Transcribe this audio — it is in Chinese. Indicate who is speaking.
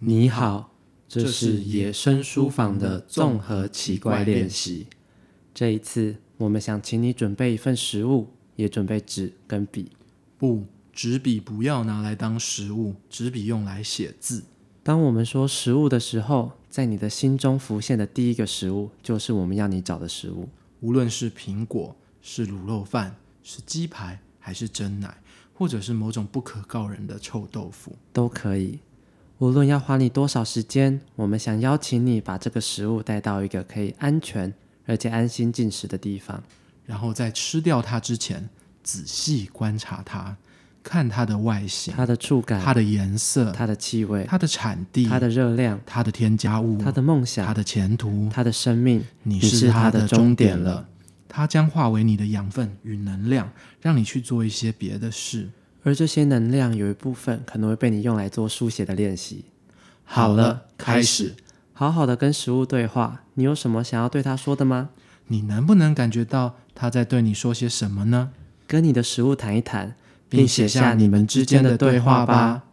Speaker 1: 你好，这是野生书房的综合奇怪练习。这一次，我们想请你准备一份食物，也准备纸跟笔。
Speaker 2: 不，纸笔不要拿来当食物，纸笔用来写字。
Speaker 1: 当我们说食物的时候，在你的心中浮现的第一个食物，就是我们要你找的食物。
Speaker 2: 无论是苹果、是卤肉饭、是鸡排，还是蒸奶，或者是某种不可告人的臭豆腐，
Speaker 1: 都可以。无论要花你多少时间，我们想邀请你把这个食物带到一个可以安全而且安心进食的地方。
Speaker 2: 然后在吃掉它之前，仔细观察它，看它的外形、
Speaker 1: 它的触感、
Speaker 2: 它的颜色、
Speaker 1: 它的气味、
Speaker 2: 它的产地、
Speaker 1: 它的热量、
Speaker 2: 它的添加物、
Speaker 1: 它的梦想、
Speaker 2: 它的前途、
Speaker 1: 它的生命。
Speaker 2: 你
Speaker 1: 是
Speaker 2: 是
Speaker 1: 它
Speaker 2: 它
Speaker 1: 的
Speaker 2: 的
Speaker 1: 终
Speaker 2: 终
Speaker 1: 点
Speaker 2: 点
Speaker 1: 了
Speaker 2: 了，它将化为你的养分与能量，让你去做一些别的事。
Speaker 1: 而这些能量有一部分可能会被你用来做书写的练习。好了开
Speaker 2: 开
Speaker 1: 始
Speaker 2: 始。
Speaker 1: 好好的跟食物对话，你有什么想要对它说的吗？
Speaker 2: 你能不能感觉到它在对你说些什么呢？
Speaker 1: 跟你的食物谈一谈，
Speaker 2: 并写下你们之间的对话吧。